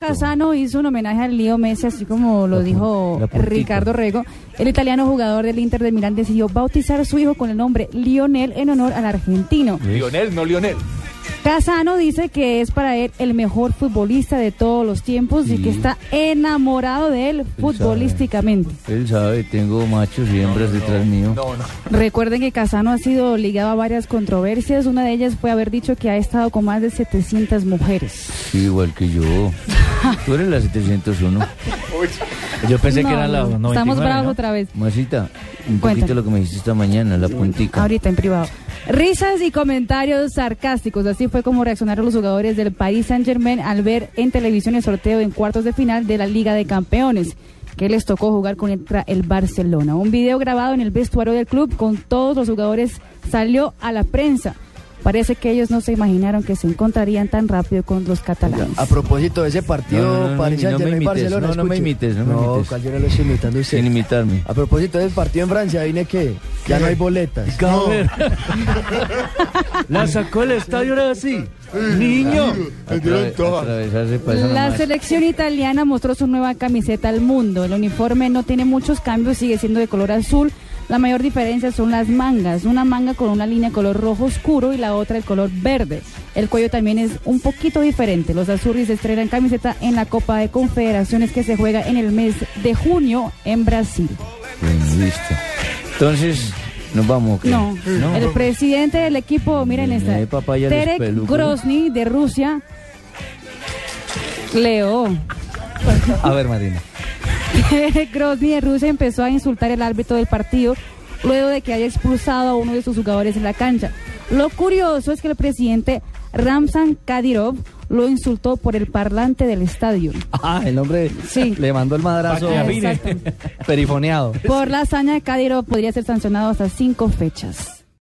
Casano hizo un homenaje al Lío Messi, así como lo La pu- dijo la puntita. Ricardo Rego. El italiano jugador del Inter de Milán decidió bautizar a su hijo con el nombre Lionel en honor al argentino. Lionel, no Lionel. Casano dice que es para él el mejor futbolista de todos los tiempos y que está enamorado de él futbolísticamente. Él sabe, tengo machos y hembras detrás mío. No, no. Recuerden que Casano ha sido ligado a varias controversias. Una de ellas fue haber dicho que ha estado con más de 700 mujeres. Sí, igual que yo. Tú eres la 701. Yo pensé No, que era la no, 99, Estamos bravos ¿no? otra vez. Masita, un Cuéntame. poquito lo que me dijiste esta mañana, la puntica. Ahorita en privado. Risas y comentarios sarcásticos. Así fue como reaccionaron los jugadores del Paris Saint Germain al ver en televisión el sorteo en cuartos de final de la Liga de Campeones, que les tocó jugar contra el Barcelona. Un video grabado en el vestuario del club con todos los jugadores salió a la prensa. Parece que ellos no se imaginaron que se encontrarían tan rápido con los catalanes. A propósito de ese partido, No, no, no, París no me Saint-Germain, imites, Barcelona. no, no me escuche. imites, no me imites. cual yo no lo estoy imitando a usted. Sin imitarme. A propósito del partido en Francia, vine que ya no hay boletas. A ver. la sacó el estadio ahora sí. Niño. Atra- atravesarse para esa La mamá. selección italiana mostró su nueva camiseta al mundo. El uniforme no tiene muchos cambios, sigue siendo de color azul. La mayor diferencia son las mangas, una manga con una línea color rojo oscuro y la otra el color verde. El cuello también es un poquito diferente. Los azurris estrenan camiseta en la Copa de Confederaciones que se juega en el mes de junio en Brasil. Bueno, listo. Entonces, nos vamos. ¿o qué? No, ¿No? el presidente del equipo, miren Eh, esta, papaya les Terek peluco. Grozny de Rusia, Leo. A ver, Marina. Grozny de Rusia empezó a insultar al árbitro del partido luego de que haya expulsado a uno de sus jugadores en la cancha. Lo curioso es que el presidente Ramzan Kadyrov lo insultó por el parlante del estadio. Ah, el hombre Sí. le mandó el madrazo Pa' que afine. perifoneado. Por la hazaña de Kadyrov podría ser sancionado hasta cinco fechas.